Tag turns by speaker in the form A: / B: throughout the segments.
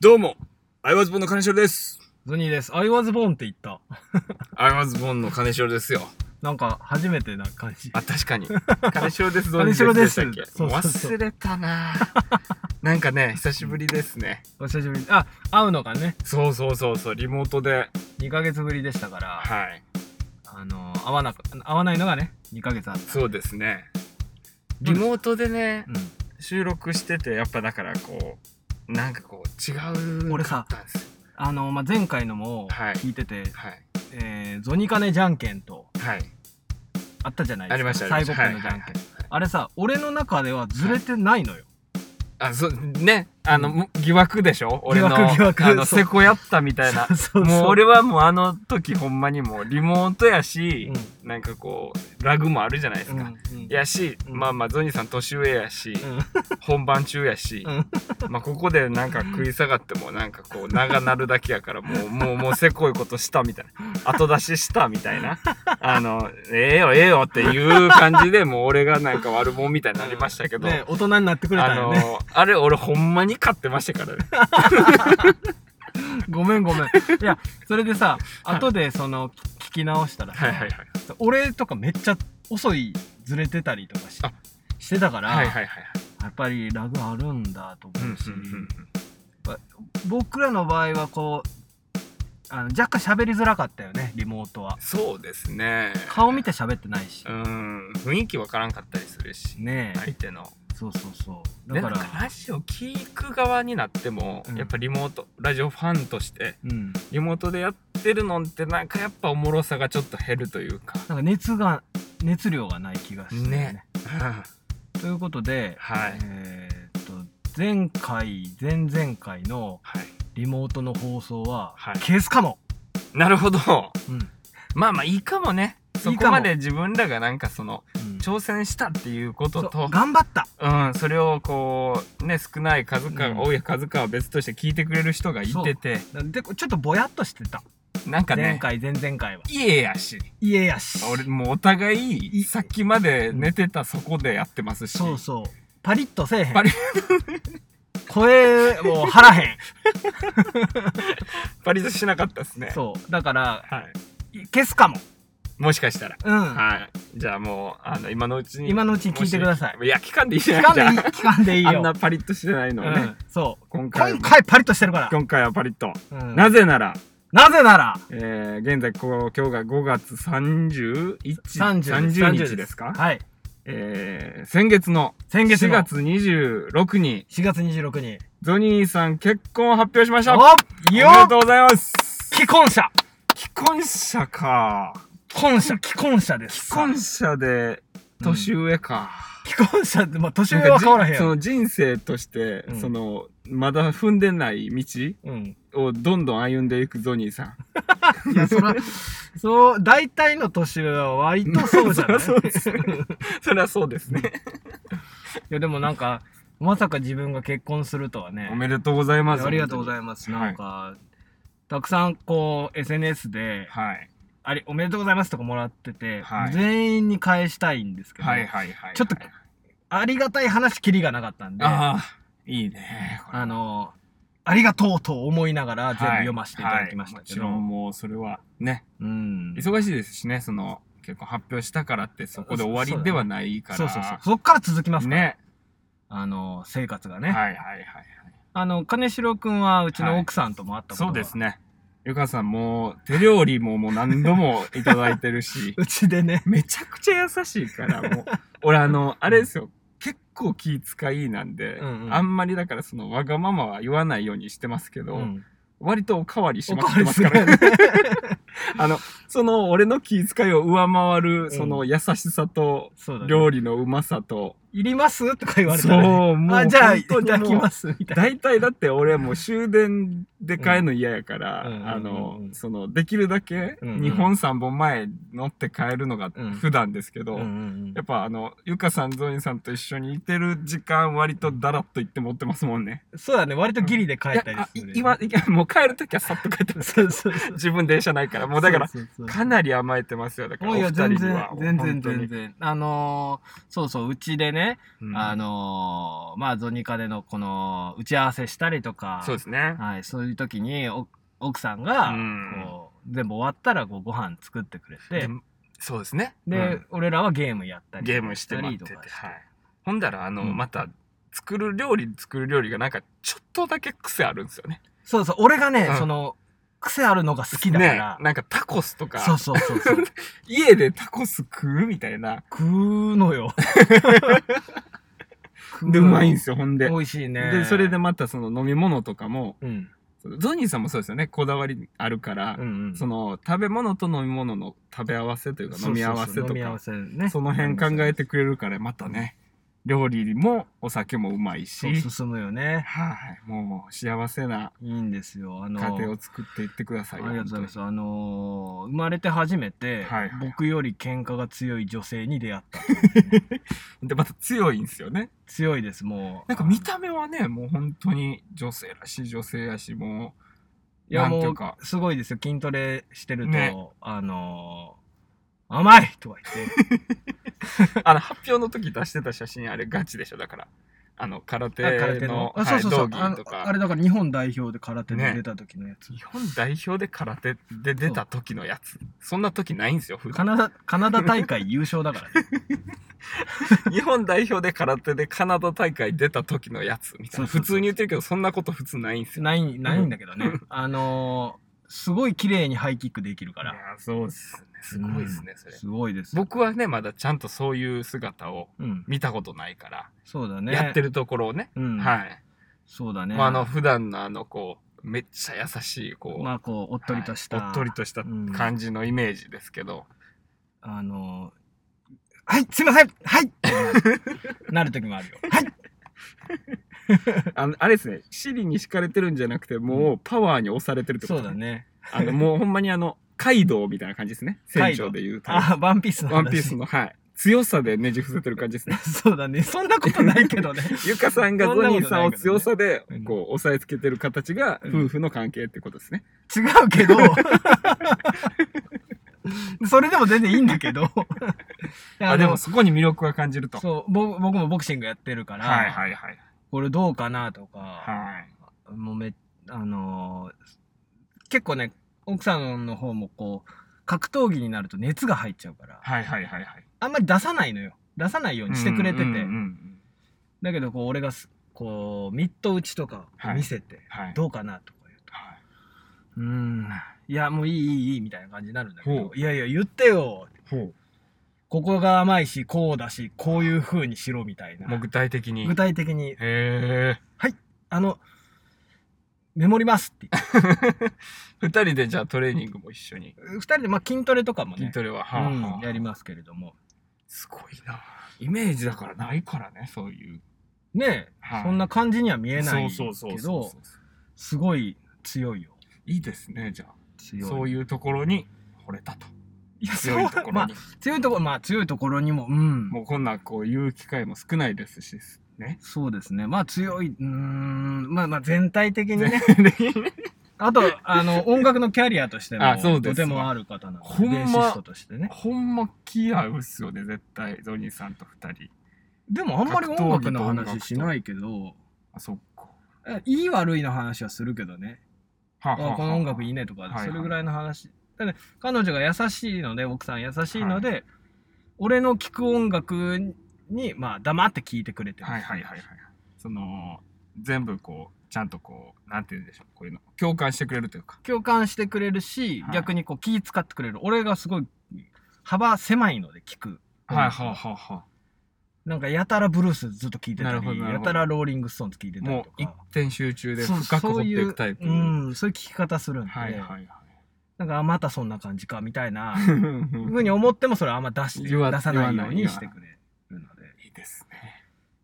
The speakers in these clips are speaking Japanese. A: どうも、アイワズボンの金城です。
B: ズニーです。I was born って言った。
A: アイワズボンの金城ですよ。
B: なんか、初めてな感じ。
A: あ、確 かに。金城です、どう
B: 金城です
A: でしたっけ
B: そうそうそう
A: もう忘れた ななんかね、久しぶりですね。
B: お久しぶり。あ、会うのがね、
A: そうそうそうそう、リモートで。
B: 2ヶ月ぶりでしたから、
A: はい。
B: あの、会わなか、会わないのがね、2ヶ月あった。
A: そうですね。リモートでね
B: う、ん。
A: 収録してて、やっぱだからこう、なんかこう、違う。
B: 俺さ
A: ったんですよ。
B: あの、まあ、前回のも
A: はい
B: 聞いてて、
A: はい。
B: えー、ゾニカネじゃんけんと、
A: はい。
B: あったじゃない
A: あり
B: で
A: ますし
B: か。
A: た、ありました。
B: 最後
A: は
B: の
A: い
B: じゃんけん。
A: はいはいはい
B: あれさ、俺の中ではずれてないのよ。
A: あ、そう、ね、あの、も疑惑でしょ俺の、
B: 疑惑疑惑
A: あの、
B: そう。
A: せこやったみたいな
B: そう
A: もう俺はもうあの時ほんまにもうリモートやし、なんかこうラグもあるじゃないです
B: うん。う
A: か、
B: ん。うん
A: やし、
B: うん
A: まあまあゾニーさん年上やし、
B: うん。
A: 本番中やし、
B: うん
A: まあここでなんか食い下がってもなんかこう長なるだけやからもうもうもうせこいことしたみたい な後出ししたみたいなあのええよええよっていう感じでもう俺がなんか悪者みたいになりましたけど、
B: ね、大人になってくれた
A: あ
B: よ
A: の
B: ね。
A: あれ俺ほんまに勝ってましたからね
B: ごめんごめん。いや、それでさ、後でその、聞き直したらさ、
A: はいはいはい
B: 俺とかめっちゃ遅いずれてたりとかし
A: あ
B: してたから、
A: はいはいはいはい
B: やっぱりラグあるんだと
A: うん
B: 思うし、
A: うんうん
B: 僕らの場合はこうあの若干喋りづらかったよねリモートは
A: そうですね
B: 顔見て喋ってないし、
A: うん雰囲気わからんかったりするし、
B: ねえ、
A: 相手の
B: そうそうそう
A: だ
B: だ
A: か
B: からら、
A: ラジオ聞く側になっても、
B: うん
A: やっぱリモートラジオファンとして
B: うん、なん
A: リモートでやってるのってなんかやっぱおもろさがちょっと減るという か、
B: か熱が熱量がない気がしてね
A: ね
B: ということで、
A: はい
B: えーっと前回前々回の
A: はい
B: リモートの放送は、
A: はい
B: ケースかも、
A: なるほど
B: うん
A: まあまあいいかもね
B: い
A: そ
B: いかも
A: こまで自分らがなんかその
B: うん
A: 挑戦したっていうこと
B: そ
A: と
B: う頑張った
A: うん、それをこうね少ない数か、
B: うん
A: 多い数かは別として聞いてくれる人がいてて
B: でちょっとぼやっとしてた
A: なんか
B: 前
A: ね
B: 回前々回は
A: 家やし
B: 家やし
A: 俺もうお互い
B: い
A: さっきまで寝てたそこでやってますし
B: そうそうパリッとせえへん
A: パリ
B: 声も張らへ ん
A: パリッとしなかったですね
B: そうだから
A: はい
B: 消すかも
A: もしかしたら、
B: うん、
A: はいじゃあもうあの今のうちに
B: 今のうちに聞いてください
A: もしいや期間でいいじゃ
B: 聞
A: ないじゃ
B: かんでいい聞かんでいい
A: ああ
B: よ
A: んなパリッとしてないの
B: う
A: をね
B: ん、そう
A: 今回
B: 今回パリッとしてるから、
A: 今回はパリッと、
B: うん
A: なぜなら、
B: なぜなら
A: えー、現在こう今日が5月31
B: 30
A: 30日ですか
B: はい
A: えー、先月の
B: 先月
A: 4
B: の
A: 月26に
B: 4月26日
A: ゾニーさん結婚を発表しましたお
B: お
A: めで
B: よ
A: とうございます
B: 既婚者
A: 既婚者か
B: 婚者既婚者です
A: 既婚者で年上か、
B: 既婚者って、まあ、年上は変わらへん
A: そ
B: よ、
A: の人生として、
B: うん
A: そのまだ踏んでない道
B: うん、
A: をどんどん歩んでいくゾニーさん
B: いやそら
A: そ
B: そう大体の年上は割とそうじゃな い
A: そらそう ですねりゃそうですね
B: いやでもなんかまさか自分が結婚するとはね
A: おめでとうございます
B: ありがとうござ
A: い
B: います
A: はい
B: なんか、たくさんこう SNS で、
A: はい
B: あれおめでとうございますとかもらってて、
A: はい
B: 全員に返したいんですけど、
A: はいはいはい
B: ちょっとありがたい話きりがなかったんであ
A: ああいいねこれ
B: のありがとうと思いながら全部
A: はい
B: 読ませていただきましたけど、
A: はいもちろんもうそれはね
B: うん
A: 忙しいですしねその結婚発表したからってそこで終わりではないから
B: そうそうそうそっから続きますから、
A: ね
B: あの生活がね、
A: はいはいはいはい
B: あの金城くんはうちの奥さんとも会ったことが、、
A: そうですね。ゆかさんもう手料理ももう何度もいただいてるし
B: うちでね
A: めちゃくちゃ優しいから、もう、俺あの、あれですよ、結構気使いなんで、
B: うんうん
A: あんまりだからそのわがままは言わないようにしてますけど、
B: うん
A: 割とおかわりし
B: お
A: ま
B: か
A: くっ
B: わ
A: て
B: り
A: ますす
B: る
A: か
B: よ
A: ら、
B: ね
A: あの、その俺の気遣いを上回る、
B: ん
A: その優しさと、
B: そうだね
A: 料理のうまさと、
B: いりますとか言われた
A: そ
B: ら、ね、
A: う、もう、
B: あじゃあい
A: 本当
B: た
A: にもう
B: だきますみたいな
A: 大体だって俺もう終電で帰るの嫌やから、
B: うんうん
A: あ
B: うんうん
A: の
B: う、ん
A: その、できるだけ
B: うんうん
A: 日本3本前乗って帰るのが
B: うん
A: 普段ですけど、
B: うんうんう
A: やっ
B: ん
A: ぱあの、ゆかさん、ゾニーさんと一緒にいてる時間割とだらっと言って持ってますもんね。
B: そうだね割とギリで帰
A: い
B: っ
A: や
B: たり
A: あ
B: す
A: い
B: る、ね、
A: 今、いやもう帰るときはさっと帰って ます。
B: そうそうそう
A: 自分電車ないから、もうだから、
B: そうそうそう
A: かなり甘えてますよ。だから、
B: も
A: お
B: うい
A: 二人
B: や全
A: に
B: 然
A: は。
B: 全然
A: 本当に
B: 全然あのー、そうそううちでね、ね、
A: うん
B: あのーまあ、ゾニカでのこの打ち合わせしたりとか、
A: そうですね。
B: はい、そういう時にお奥さんが
A: うん
B: こう、全部終わったらこうご飯作ってくれて
A: で、そうですね。
B: で、俺らはゲームやった
A: うん
B: り
A: ゲームして
B: た
A: 待
B: り
A: って
B: と
A: て。
B: かして
A: はい。ほんだら、あの、
B: うん
A: また、作る料理、作る料理がなんか、ちょっとだけ癖あるんですよね。
B: そうそう、俺がね、
A: うん
B: その、癖あるのが好きだか
A: ね
B: ら、
A: なんかタコスとか、
B: そうそうそうそう。
A: 家でタコス食うみたいな。
B: 食うのよ。食
A: で、うまいんですよ、ほんで。
B: 美味しいね。
A: で、それでまたその飲み物とかも、
B: うん、
A: そのゾニーさんもそうですよね、こだわりあるから、
B: うんうん。
A: その食べ物と飲み物の食べ合わせというか
B: そうそうそう
A: 飲み合わせと
B: 飲み合
A: か
B: わ、せね。
A: その辺考えてくれるから、またね、料理もお酒もうまいし
B: そう、進むよね。
A: はい、もう幸せない
B: いんですよ。あの、
A: 家庭を作っていってくださいよ
B: ありがとうございます。あのー生まれて初めて、
A: はいはい
B: 僕より喧嘩が強い女性に出会った。
A: で、また強いんですよね。
B: 強いです、もう。
A: なんか見た目はね、もう本当に女性らしい女性やし、も
B: いや、
A: なんてい
B: も
A: う
B: う
A: か、
B: すごいですよ。筋トレしてると、
A: ね
B: あのー甘いとか言って、
A: う、あの、発表の時出してた写真、あれガチでしょ、だから。あの、空 手
B: あ空手
A: のは
B: の。あ、
A: い
B: そうそうそう
A: 道。
B: あ
A: 着
B: の
A: と
B: あ
A: か
B: れ。だから日本代表で空手で
A: ね
B: 出た時のやつ。
A: 日本代表で空手で出た時のやつ。そんな時ないんですよ、普
B: カ
A: 段。
B: ナダ、カナダ大会優勝だから ね。
A: 日本代表で空手でカナダ大会出た時のやつみたいな。
B: そうそうそう
A: 普通に言ってるけど、そんなこと普通ないんですよ。
B: ない、ないんだけどね。あのーすごい綺麗にハイキックできるか
A: い
B: ら。
A: やそうですね。すごいですね、
B: うん
A: それ。
B: すごいです。
A: 僕はね、まだちゃんとそういう姿を
B: うん。
A: 見たことないから、
B: そうだね。
A: やってるところをね、
B: うん。
A: はい。
B: そうだね。
A: まあ、あの、普段のあの、こう、めっちゃ優しい、こう、
B: まあこう、おっとりとした。
A: はいおっとりとした
B: うん
A: 感じのイメージですけど、
B: あのーはい、すいませんはいってなる時もあるよ。はい
A: あのあれですね、シリに敷かれてるんじゃなくて、もうパワーに押されてるってこと
B: そうだ。ね。
A: あの、もうほんまにあの、カイドウみたいな感じですね。
B: カイ
A: 船
B: ドウ
A: 長で言うと。ワ
B: あ、ワンピースの話。
A: ンピースの、はい。強さでねじ伏せてる感じ ですね。
B: そうだね。そんなこと ないけどね。
A: ゆかさんが
B: そ
A: ゾ
B: んなことない
A: ニーさんを強さで
B: けどねうん、
A: こう、押さえつけてる形が、
B: うん
A: 夫婦の関係ってことですね。
B: 違うけど。それでも全然いいんだ けど。いや
A: あ、でも、そこに魅力は感じると。
B: そう、ぼ僕もボクシングやってるから、
A: はいはいはい。
B: これどうかなとか、
A: はい。
B: もうめ、あのー結構ね、奥さんの方もこう、格闘技になると熱が入っちゃうから、
A: はいはいはいはい。
B: あんまり出さないのよ。出さないようにしてくれてて。
A: うんうんうんうん
B: だけど、こう、俺がす、こう、ミット打ちとかを見せて、
A: はい。
B: どうかなとか言うと、
A: は
B: うーん、いや、もういいいいいいみたいな感じになるんだけ
A: ほ
B: ど、
A: う
B: いやいや、言ってよ。
A: いほう。
B: ここが甘いし、こうだし、こういう風にしろみたいな。
A: もう具体的に。
B: 具体的に
A: へえ。
B: あの、メモります って言っ
A: 二人でじゃあトレーニングも一緒に。
B: て。二人で、まあ、筋トレとかもね
A: 筋、トレは。はあ
B: うん、やり
A: ま
B: ますけれども。
A: す。すごいな。イメージだからないからね、そういう。
B: ねえ、
A: はい
B: そんな感じには見えない
A: そうそうそう
B: け
A: そう
B: ど、すごい強いよ。
A: いいですね、じゃあ。
B: 強い。
A: そういうところに惚れたと。
B: いや
A: 強いと
B: そ
A: こ
B: う
A: ろ
B: まあ
A: に。、
B: 強いところ、まあ、強いところにも、うん。
A: もうこんなこういう機会も少ないですしね。
B: そうですね。まあ、強い、うーん、まあまあ、全体的に ね。 あと、あの、音楽のキャリアとして
A: あ
B: も、
A: そうです
B: とて
A: わ
B: もある方なので、
A: ほんま
B: ベーシストとしてね。
A: ほんま気合うっすよね、絶対。ゾニーさんと二人。
B: でも、あんまり音楽の話しないけど、
A: あ、そっか。
B: えいい悪いの話はするけどね。
A: は
B: あこの音楽いいねとか、
A: はいはい
B: それぐらいの話。だね、彼女が優しいので、奥さん優しいので、俺の聴く音楽に、まあ、黙って聴いてくれてる。
A: はいはいはいはい。その、全部こう、ちゃんとこう、なんて言うんでしょう、こういうの。共感してくれるというか。
B: 共感してくれるし、
A: はい
B: 逆にこう気使ってくれる。俺がすごい幅狭いので聴く。
A: はいはいはいは
B: なんかやたらブルースずっと聴いてた
A: なるほど
B: り、
A: なる
B: や
A: ほど
B: たらローリングストーンズ聴いて
A: い。
B: たり
A: も
B: と
A: う一
B: か。
A: 点集中で
B: そう
A: 深く掘
B: そ
A: っ
B: う
A: て
B: いう
A: いくタイプ。
B: うん、そういう聴き方するんで、
A: はいはいは
B: なんかあまたそんな感じかみたいな
A: い。
B: ふうに思ってもそれはあんま出し
A: 言わ
B: 出さないよう
A: 言
B: に
A: わない
B: してくれるので。
A: いいです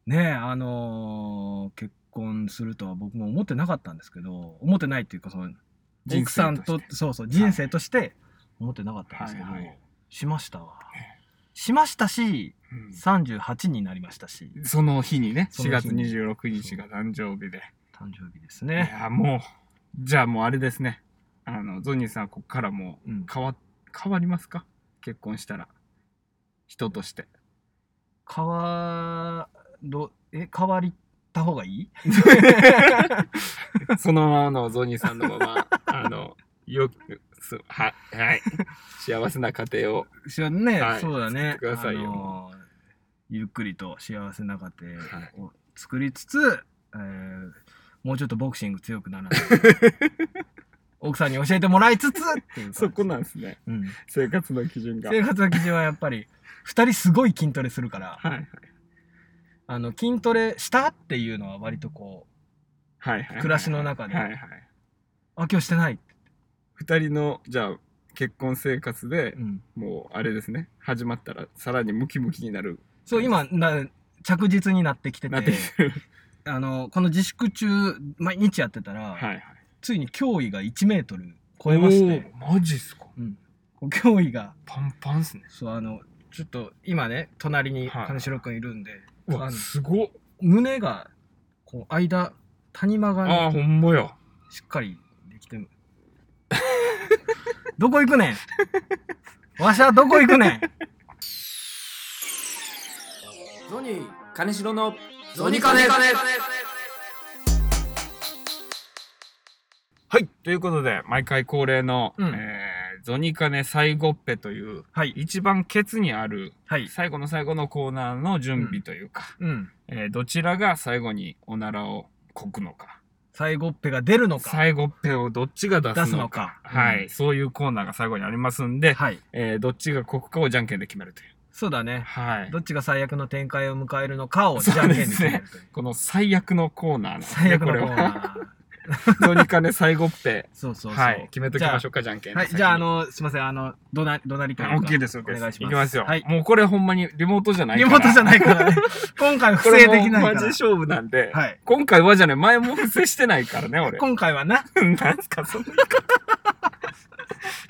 A: ね。
B: ねえあのー結婚するとは僕も思ってなかったんですけど思ってないっていうかその
A: 人生として
B: 奥さんとそうそう人生として思ってなかったんですけど、
A: はいはい
B: しましたわ
A: ね
B: しましたし38になりましたし
A: その日にね、
B: そ
A: 4
B: の
A: 月
B: 日に
A: 26日が誕生日で。
B: 誕生日です
A: い
B: ね
A: や、もう、じゃあもうあれですね。あの、ゾニーさん、ここからも
B: うん
A: う、変わ、変わりますか結婚したら。人として。
B: 変わどえ変わりた方がいい
A: そのままのゾニーさんのま ま、あの、よく、すはい、はい。幸せな家庭を。
B: しょね、
A: はい
B: そうだね
A: 作ってくださいよ
B: あのーゆっくりと幸せな家
A: はい
B: 庭を作りつつ、えーもうちょっとボクシング強くならない 奥さんに教えてもらいつつっていう感じ
A: なんですね。
B: うん、
A: 生活の基準が
B: 生活の基準はやっぱり2人すごい筋トレするから
A: はい。
B: あの筋トレしたっていうのは割とこう
A: はいはい。
B: 暮らしの中で
A: はいはい。
B: 「あ今日してない」
A: 二人の、じゃあ、結婚生活で
B: う、ん、
A: もう、あれですね。始まったら、さらにムキムキになる。
B: そう今な着実になってきて
A: なっ
B: て
A: てきてる。
B: あのこの自粛中毎日やってたら、
A: はいはい。
B: ついに脅威が1メートル超えまして、
A: おーマジっすか
B: うん、こう脅威が
A: パンパンっすね。
B: そうあのちょっと今ね隣に
A: はい
B: 金城君いるんで、
A: う
B: あ
A: わ、
B: の
A: すごっ。
B: 胸がこう間谷間がね、
A: ああ、ほんまや。
B: しっかりできてる どこ行くねんわしはどこ行くねん
C: ゾニー金城の
A: ゾニカネはい。ということで、毎回恒例の、
B: うん
A: えーゾニカネ最後っぺという、
B: はい
A: 一番ケツにある、
B: はい
A: 最後の最後のコーナーの準備というか、
B: うん
A: えーどちらが最後におならをこくのか、
B: 最後っぺが出るのか
A: 最後っぺをどっちが出すのか、
B: 出すのか
A: はい、
B: うん
A: そういうコーナーが最後にありますんで、
B: はい
A: えーどっちがこくかをじゃんけんで決めるという。
B: そうだね
A: はい
B: ど。っちが最悪の展開を迎えるのかをじゃんけんで決めるという
A: この最悪のコーナーなんですね
B: 最悪の
A: これ
B: コー
A: は
B: ナー
A: ゾニカネ最後っぺ。
B: そうそうそう、
A: はい。決めときましょうか、じゃんけんの
B: じゃあはい
A: 先に。
B: じゃああのすいませんあのどなどなりという
A: オ
B: か
A: ッケーです、オッケーで
B: お
A: す。
B: 願いします
A: きますよ。
B: はい
A: もうこれほんまにリモートじゃない
B: リ
A: から。。
B: モートじゃないいから ね今回不
A: これ
B: 正できない
A: も
B: か
A: マジ
B: ら
A: 勝負なんで。
B: はい
A: 今回はじゃない、前も不正してないからね、俺。
B: 今回はな
A: なんすか、その言い方。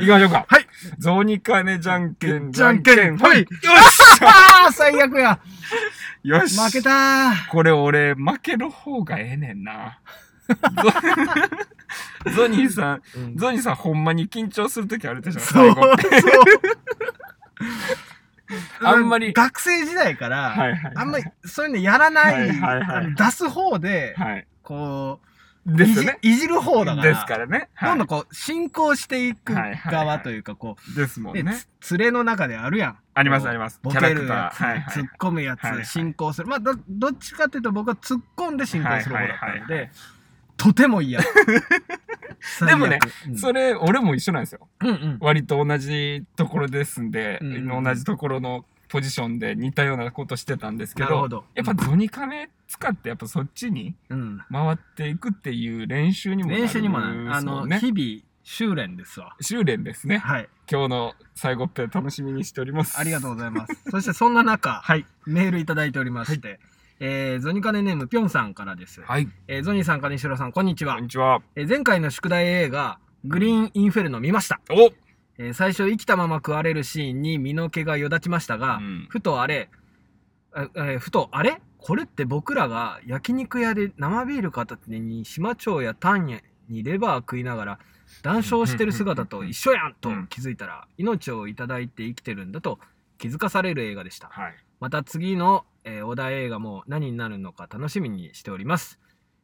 A: 行きましょうか。
B: はい。
A: ゾニカネじゃんけん。
B: じゃんけんはい
A: よ
B: ああ最悪や
A: しよし
B: 負けたー
A: これ俺、負ける方がええねんな。 ゾゾニーさん、
B: うん
A: ゾニーさんほんまに緊張するときあるでしょ、
B: そ
A: 最
B: う
A: 後。は
B: そう。
A: あんまり
B: 学生時代から、
A: いはい。
B: あんまりそういうのやらない、
A: はいはいはい
B: あの出す方で、
A: はい。
B: こう
A: ですよね。
B: いじいじる方だから
A: ですからね。はい
B: どんどんこう進行していく
A: はいはいは
B: 側
A: い
B: というかこ
A: ですも
B: う、
A: ん
B: で
A: ね。
B: つ連れの中であるやん
A: ありますあります。
B: ボ
A: キ
B: ケ
A: ャラ
B: る
A: ク
B: や
A: タ
B: つ、
A: ー。はいは
B: 突
A: い
B: っ。込むやつ、
A: はいはい
B: 進行するまあどどっちかっていうと僕は突っ込んで進行する方だったの
A: はいは
B: で、
A: いはいはい
B: とても嫌
A: でもね
B: 最悪うん
A: それ、俺も一緒なんですよ。
B: うんうん
A: 割と同じところですんで、
B: うんうんうん
A: 同じところのポジションで似たようなことしてたんですけ
B: な
A: ど、
B: るほど
A: やっぱゾニカネ使って、やっぱそっちに
B: うん
A: 回っていくっていう練習にもなる
B: 練習にもなる。あ
A: そう
B: の、
A: ね。
B: 日々修練ですわ。
A: 修練ですね。
B: はい。
A: 今日の最後っぺ楽しみにしております。
B: ありがとう
A: う。
B: ござ います。そしてそんな中、
A: はい。
B: メールいただいておりまして、えー、ゾニカネネームぴょんさんからです。
A: はい。
B: えーゾニーさん、金城さん、こんにち
A: こ
B: は
A: ん。にちは。
B: えー前回の宿題映画、グリーンインフェルノ見ました。
A: お、
B: えー最初生きたまま食われるシーンに身の毛がよだちましたが、
A: うん
B: ふとあれ、あえーふとあれこれって僕らが焼肉屋で生ビール片手に島町や丹野にレバー食いながら談笑してる姿と一緒やんと
A: うん
B: 気づいたら命をいただいて生きてるんだと気づかされる映画でした
A: はい。
B: また次の、えー、お題映画も何になるのか楽しみにしております。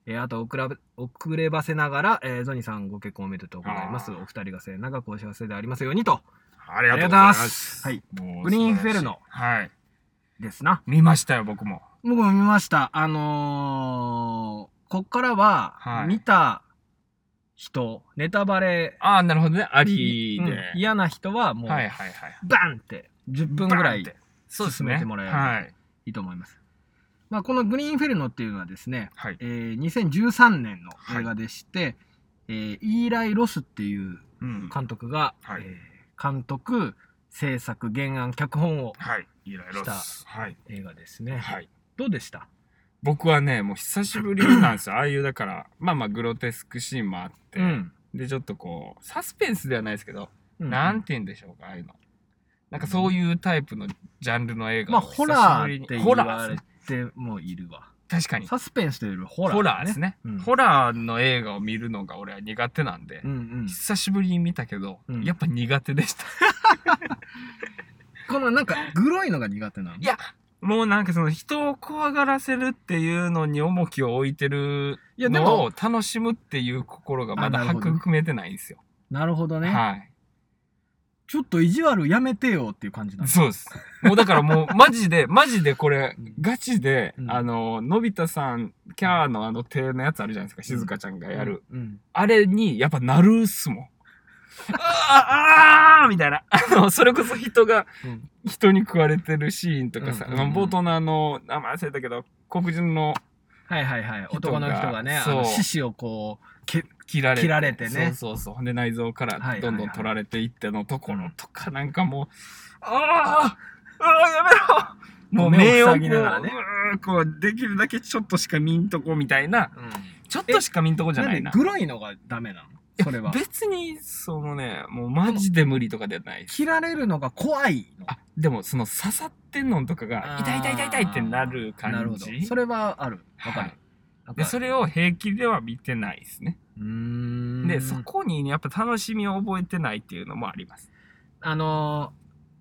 B: えーあと遅ら遅ればせながら、えーゾニーさんご結婚おめでとうございます。
A: あ
B: お二人が末永くお幸せでありますようにと、
A: ありがとうございます。
B: あり
A: もう
B: グリーンインフェルノ
A: はい。
B: ですな。
A: 見ましたよ、僕も。
B: 僕も見ました。あのー、こっからは、
A: はい
B: 見た人、ネタバレ、
A: ああ、なるほどね。ありで。
B: うん嫌な人はもう、
A: はいはいはい。
B: バンって10分ぐらい
A: バンって
B: 進めてもらえれば
A: はい。
B: いいと思います。まあ、このグリーンフェルノっていうのはですね、
A: はい。
B: えー2013年の映画でして、えーイーライ・ロスっていう
A: うん
B: 監督が、
A: はい
B: えー監督制作原案脚本を
A: はい。イライラですはい。
B: 映画ですね、
A: はい。
B: どうでした
A: 僕はね、もう久しぶりなん ですよ。ああいう、だから、まあまあ、グロテスクシーンもあって、
B: うん
A: で、ちょっとこう、サスペンスではないですけど、
B: うん
A: なんて言うんでしょうか、ああいうの。なんかそういうタイプのジャンルの映画を
B: まあホラ
A: 久し
B: ーっ
A: ぶり
B: て
A: に
B: 言
A: ホラ
B: わ
A: ーで
B: れ
A: すね
B: てもいるわ
A: 確かに。
B: サスペンスというよりホラー
A: ホラーですね
B: うん。
A: ホラーの映画を見るのが俺は苦手なんで
B: う、んうん、
A: 久しぶりに見たけど
B: うん、
A: やっぱ苦手でした。
B: このなんかグロいのが苦手な の
A: いや、もうなんかその人を怖がらせるっていうのに重きを置いてる
B: いやでも
A: のを楽しむっていう心がま
B: あ
A: だ
B: なるほどね
A: 育めてないんですよ。
B: なるほどね、
A: はい。
B: ちょっと意地悪やめてよっていう感じなんだ
A: そうです。もうだからもうマジ で、マジでこれ
B: うん、
A: ガチで、
B: うん
A: あの、のび太さん、キャーのあの手のやつあるじゃないですか、静香ちゃんがやる。
B: うん
A: あれに、やっぱなるっすもん。あーあーみたいな。あの、それこそ人が、
B: うん
A: 人に食われてるシーンとかさ、
B: うんうんうん
A: あの冒頭のあの、名前忘れたけど、黒人の
B: はいはいはい男の人がねあ
A: そう
B: の獅子をこうけ
A: 切られて
B: 切られてね
A: そうそうそう。ほんで内臓か
B: はいはいは
A: ら
B: い
A: どんどん取られていってのところとか、なんかもう、あーあーやめろもう目
B: 目を
A: をこう、
B: 塞ぎながらね
A: うーこう、できるだけちょっとしか見んとこみたいな、ちょっとしか見んとこじゃ
B: な
A: なんい
B: で
A: な。
B: グロいのがダメなのそれは
A: 別に、そのね、もうマジで無理とかではないです
B: 切られるのが怖いの
A: あでもその刺さってんのとかが
B: あー
A: 痛い痛い痛い痛いってなる感じ
B: なるほどそれはあるわか
A: は
B: る
A: い、
B: わか
A: で
B: る
A: それを平気では見てないですね
B: うーん
A: でそこにねやっぱ楽しみを覚えてないっていうのもあります
B: あのー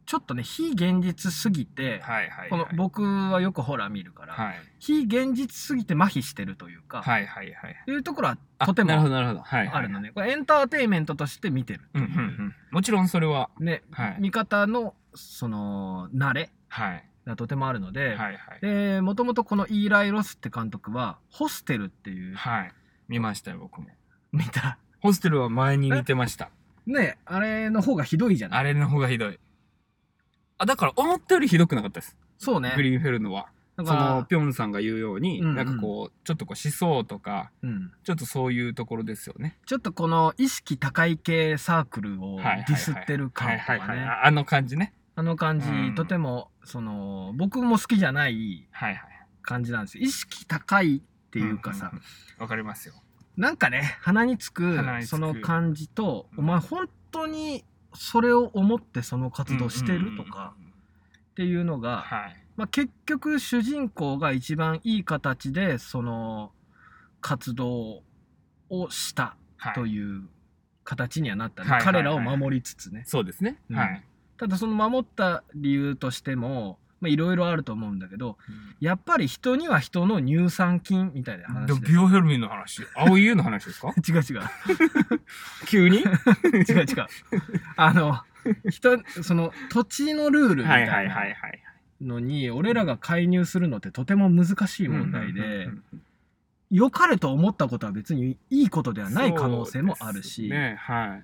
B: ちょっとね非現実すぎて、
A: はいはいはい
B: この僕はよくホラー見るから、
A: はい
B: 非現実すぎて麻痺してるというか、
A: はいはいはい
B: というところは
A: あ
B: とても
A: なるほどなるほどはいはい
B: あるのねこれエンターテインメントとして見てる
A: うんうんうんもちろんそれは
B: ね、
A: はい
B: 見方のその慣れ
A: はい
B: がとてもあるので、
A: はいはい
B: でもともとこのイーライ・ロスって監督はホステルっていう、
A: はい見ましたよ僕も
B: 見た
A: ホステルは前に見てました
B: ねあれの方がひどいじゃない
A: あれの方がひどいあだから思ったよりひどくなかったです
B: そうね
A: グリーンフェルノは
B: だか
A: その
B: ら
A: ピョンさんが言うように、
B: うんうん
A: なんかこうちょっとこう思想とか
B: うん、
A: ちょっとそういうところですよね。
B: ちょっとこの意識高い系サークルを
A: デ
B: ディスってる感と
A: はい
B: か
A: はいはい
B: ね
A: ああの感じね。
B: あの感じ、
A: うん
B: とてもその僕も好きじゃない
A: はいはい。っ
B: 感じなんですよ意識高いっていうかさ、
A: わかりますよ。
B: なんかね鼻につく
A: 鼻につく
B: その感じと、
A: うん
B: お前本当にそれを思ってその活動してる
A: うんうんう
B: とか
A: んうん。
B: っていうのが、
A: はい。
B: まあ、結局主人公が一番いい形でその活動をした
A: はい。
B: という形にはなったね、
A: はいはいはい
B: 彼らを守りつつね
A: そうですね。
B: うん
A: はい。
B: ただその守った理由としてもまあいろいろあると思うんだけどやっぱり人には人の乳酸菌みたいな
A: で
B: 話
A: も
B: で
A: ビオヘルミンの話、青い湯の話です か
B: 違う違う
A: 急に
B: 違う違うあの人その土地のルールみた
A: はいいはい
B: な
A: はいはい。
B: のに俺らが介入するのってとても難しい問
A: うん
B: 題
A: うん
B: で
A: うんうん
B: 良かれと思ったことは別にいいことではない可能性もある
A: そう
B: し
A: ですねはい。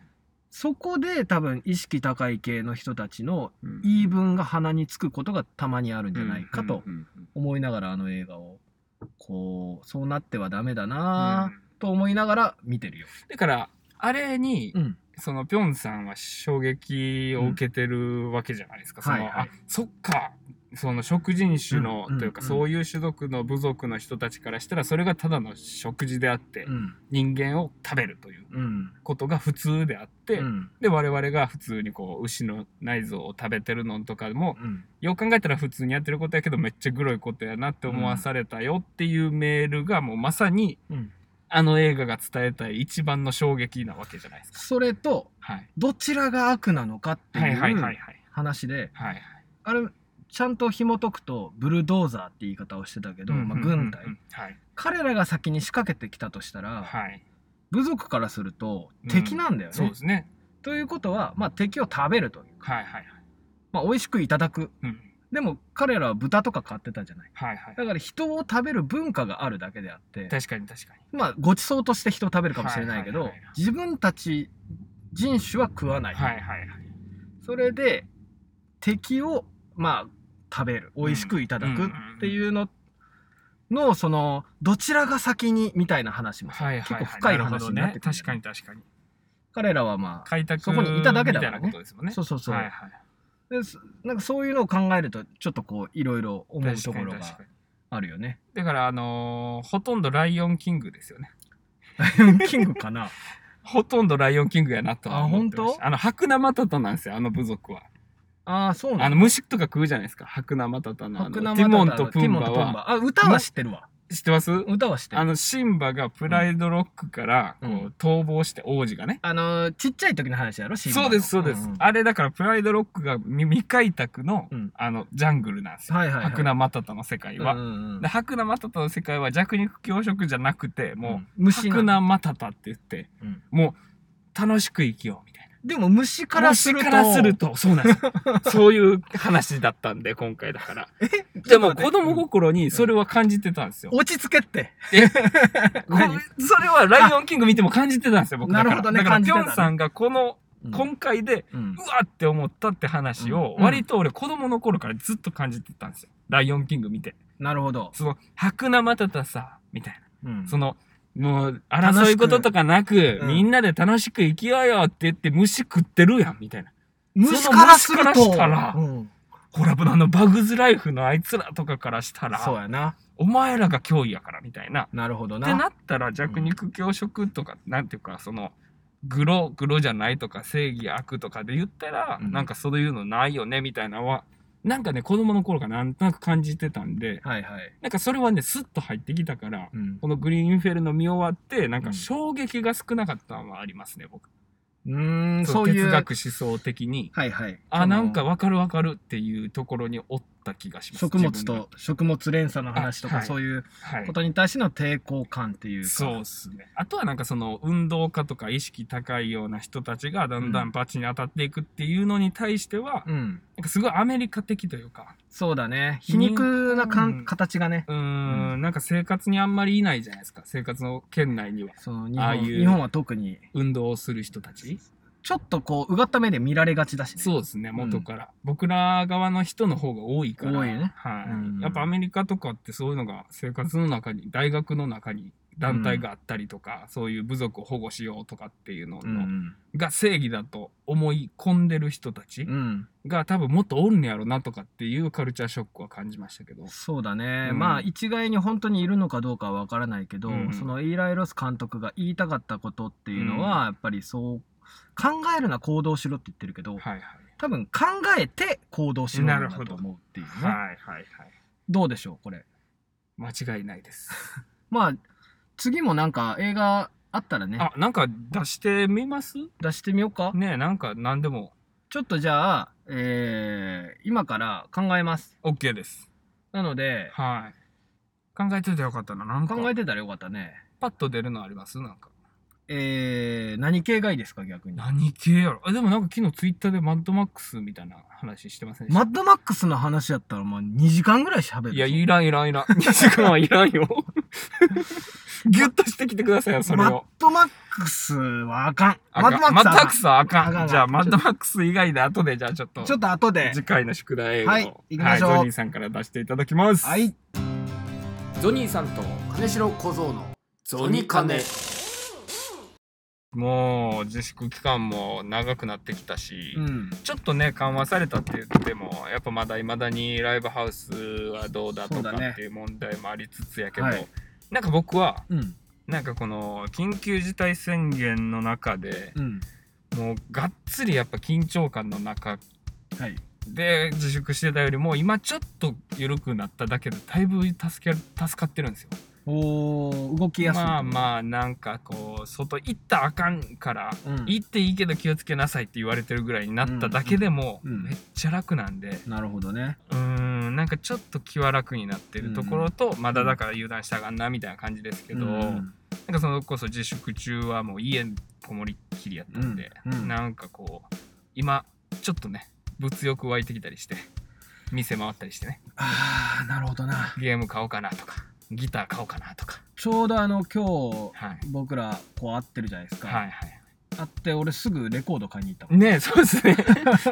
B: そこで多分意識高い系の人たちの
A: うん
B: 言い分が鼻につくことがたまにあるんじゃないかと
A: うんうんうん
B: 思いながらあの映画をこうそうなってはダメだ
A: うん
B: なぁと思いながら見てるよ。
A: だから、あれに、
B: ん、
A: そのピョンさんは衝撃を受けてるわけじゃないですか、
B: うん
A: その、
B: はいは
A: あ
B: い
A: そっかその食人種の、
B: うん
A: というか、
B: うん
A: そういう種族の部族の人たちからしたらそれがただの食事であって、
B: うん、
A: 人間を食べるという
B: うん、
A: ことが普通であって、
B: うん、
A: で我々が普通にこう牛の内臓を食べてるのとかも
B: うん、
A: よく考えたら普通にやってることやけどめっちゃグロいことやなって思わされたよっていうメールがもうまさに
B: うん、
A: あの映画が伝えたい一番の衝撃なわけじゃないですか。
B: それと
A: はい、
B: どちらが悪なのかって
A: はいいはいはいうはい
B: 話で、
A: はい
B: あれちゃんと紐解くとブルドーザーって言い方をしてたけど、まあ、軍隊、
A: はい
B: 彼らが先に仕掛けてきたとしたら、
A: はい
B: 部族からすると敵なんだよね。
A: そうですね
B: ということは、まあ、敵を食べるという、
A: はいはいはい
B: まあ、美味しくいただく
A: うん
B: でも彼らは豚とか買ってたじゃない
A: はいはい
B: だから人を食べる文化があるだけであって
A: 確かに確かに
B: まあごちそうとして人を食べるかもしれないけど、
A: はいはいはいはい
B: 自分たち人種は食わない、
A: はいはいはい
B: それで敵をまあ食べる美味しくいただくっていうののそのどちらが先にみたいな話もさ、
A: はいはい
B: 結構深い話になってくるんだよね
A: 確かに確かに
B: 彼らはまあ
A: 開拓
B: そこにいただけだ
A: み
B: か
A: たい
B: ら
A: な
B: ね
A: ことですもんね
B: そうそうそう、
A: はいはい
B: ですなんかそういうのを考えるとちょっとこういろいろ思うところ
A: 確か
B: が
A: に確かに
B: ある よね。
A: だからあのーほとんどライオンキングですよね
B: キングかな
A: ほとんどライオンキングやなとは思ってまし
B: あ本
A: たあの白生タタなんですよあの部族は
B: ああそうなんだ
A: あの虫とか食うじゃないですか白生タタのあの
B: 白生
A: ティモン
B: タタ
A: とプ
B: ティ
A: ン
B: モ
A: バ
B: とプン
A: は
B: バあ歌は知ってるわ
A: 知ってます
B: 歌はして
A: あ
B: あの
A: の、シンバがプライドロックから、こう
B: うん
A: 逃亡して、王子がね。
B: あのーちっちゃい時の話やろシンバ
A: そ
B: の
A: うです、そうです。
B: んん
A: あれ、だから、プライドロックが未未開拓の、
B: うん
A: あの、ジャングルなんですよ。
B: はいはいはい
A: 白名マタタの世界は。
B: うんうんうん
A: で、白名マタタの世界は弱肉強食じゃなくて、もう、
B: うん虫な
A: 白名マタタって言って、
B: うん
A: もう、楽しく生きよう、みたいな。
B: でも虫からすると
A: 昔からすると、そうなんですよ。 そういう話だったんで、今回だから。でも、子供心にそれは感じてたんですよ。
B: 落ち着けって
A: これそれは「ライオンキング」見ても感じてたんですよ僕だから
B: なるほどね
A: だから
B: 感
A: ピ
B: じてた
A: ョ
B: ね
A: ンさんがこの今回で
B: うん
A: うわって思ったって話を
B: うん
A: 割と俺子供の頃からずっと感じてたんですよ「ライオンキング」見て
B: なるほど
A: その「白名マタタさ」みたい
B: うん
A: なそのもう争いこととかなく、
B: うん
A: みんなで楽しく生きようよって言って虫食ってるやんみたいな
B: 虫からすると
A: その虫からしたら
B: うん
A: ほらあのバグズライフのあいつらとかからした
B: そう
A: ら
B: やな
A: お前らが脅威やからみたいな
B: なるほど
A: って
B: な
A: なったら弱肉強食とか、なんていうかそのグログロじゃないとか正義悪とかで言ったら、
B: うん
A: なんかそういうのないよねみたいなのはなんかね子供の頃からなんとなく感じてたんで
B: はいはい
A: なんかそれはねスッと入ってきたから
B: うん
A: この「グリーンインフェルノ」見終わってなん
B: う
A: か
B: ん
A: 衝撃が少なかったのはありますね僕、
B: うーんそうい
A: 哲
B: う
A: 学思想的に
B: はいはい
A: あなんかわかるわかるっていうところにおった気がします
B: 食物
A: 自分が
B: と食物連鎖の話と
A: あ
B: か
A: はい
B: そういう
A: はい
B: ことに対しての抵抗感っていうか
A: そうっすね。あとはなんかその運動家とか意識高いような人たちがだんだ
B: うん
A: んバチに当たっていくっていうのに対しては、
B: うん
A: なんかすごいアメリカ的というか、
B: そうだね皮肉なかん
A: うん
B: 形がね
A: うーん、
B: うん
A: なんか生活にあんまりいないじゃないですか。生活の圏内には。
B: その日
A: ああ
B: 本
A: いう
B: 日本は特に
A: 運動をする人たち。
B: ちょっとこううがった目で見られがちだしね
A: そうですね、元から。僕ら側の人の方が多いから。
B: 多いね
A: はい、
B: うん
A: やっぱアメリカとかってそういうのが生活の中に、大学の中に団体があったりとか、そういう部族を保護しようとかっていうのの、
B: うん
A: が正義だと思い込んでる人たち
B: うん
A: が多分もっとおるんねやろなとかっていうカルチャーショックは感じましたけど。
B: そうだね、
A: うん
B: まあ一概に本当にいるのかどうかは分からないけど、
A: うん
B: そのイーライ・ロス監督が言いたかったことっていうのは、
A: うん
B: やっぱりそう考えるな行動しろって言ってるけど、
A: はいはい。
B: 多分考えて行動しろなんだと思うっていうね
A: はいはいはい。
B: どうでしょうこれ
A: 間違いないです。
B: まあ次もなんか映画あったらね
A: あ、なんか出してみます
B: 出してみようか、
A: ねえ、なんか何でも
B: ちょっとじゃあ、えー今から考えます
A: OK です。
B: なので
A: はい。考えといてよかったな。なんか
B: 考えてたらよかったね
A: パッと出るのありますなんか。
B: えー、何系がいいですか逆に
A: 何系やろあでもなんか昨日ツイッターでマッドマックスみたいな話してませんでし
B: マ
A: た
B: ッドマックスの話やったらもう2時間ぐらい喋るぞ
A: いや、いらんいらんいらん。2時間はいらん よ。ギュッとしてきてくださいよ、それ
B: マッ
A: を。
B: ドマックスはあかん
A: あかんマッドマック
B: ス
A: スはあか
B: あかんあか
A: ん。
B: ん
A: じゃあ、マッドマックス以外で後で、じゃあちょっと、
B: ちょっと後で
A: 次回の宿題を、
B: はい行きましょう
A: はい、ジョニーさんから出していただきます。
B: はい
C: ゾニーさんと
B: 金城小僧の
C: ゾニカネ
A: もう、自粛期間も長くなってきたし、
B: うん
A: ちょっとね、緩和されたって言っても、やっぱまだ未だにライブハウスはどうだと
B: そう
A: か
B: だね
A: っていう問題もありつつやけど、
B: はい
A: なんか僕は、
B: うん
A: なんかこの緊急事態宣言の中で、
B: うん
A: もうがっつりやっぱ緊張感の中
B: はい
A: で自粛してたよりも今ちょっと緩くなっただけでだいぶ助け助かってるんですよ。
B: おー動きやすい
A: まあまあなんかこう外行ったらあかんから、
B: あ、うん、
A: 行っていいけど気をつけなさいって言われてるぐらいになっただけでも
B: うんうんうん
A: めっちゃ楽なんで
B: なるほどね
A: うーんなんかちょっと気は楽になってるところと、まだだから油断したがんなみたいな感じですけど、
B: うんうん
A: なんかそれこそ自粛中はもう家こもりっきりやったんで、
B: うんうん
A: なんかこう今ちょっとね物欲湧いてきたりして店回ったりしてね
B: ああなるほどな
A: ゲーム買おうかなとかギター買おうかなとか
B: ちょうどあの今
A: はい
B: 日僕らこう会ってるじゃないですか、
A: はいはい
B: 会って俺すぐレコード買いに行ったもん
A: ねえ そうですね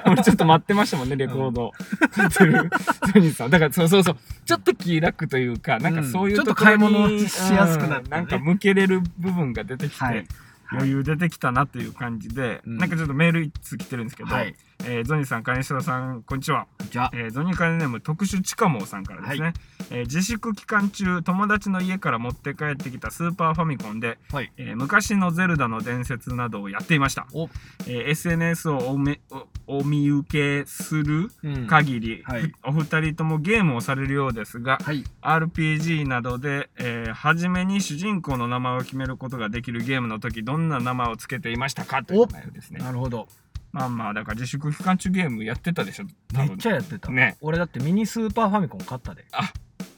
A: 俺ちょっと待ってましたもんねレコードを買ってるジョニーさんだからそうそうそうちょっと気楽というかなんかそういう
B: うんちょっと
A: ころに
B: 買い物しやすくなったね
A: うんなんか向けれる部分が出てきて、
B: はい
A: 余裕出てきたなという感じで、
B: うん
A: なんかちょっとメール一通来てるんですけど、
B: はい
A: えーゾニーさん金下さんこんにちは、
B: じゃあ
A: えーゾニーカネネーム特殊チカモーさんからですね、
B: は
A: えー自粛期間中友達の家から持って帰ってきたスーパーファミコンで、
B: はい
A: えー昔のゼルダの伝説などをやっていました
B: お、
A: えー SNS をおめおお見受けする
B: うんはい
A: 限り、
B: はい
A: お二人ともゲームをされるようですが RPG などで、えー初めに主人公の名前を決めることができるゲームの時どんな名前をつけていましたかという内容ですね
B: なるほど
A: まあまあだから自粛期間中ゲームやってたでしょ多
B: め
A: 分
B: っちゃやってた、
A: ね
B: 俺だってミニスーパーファミコン買ったで、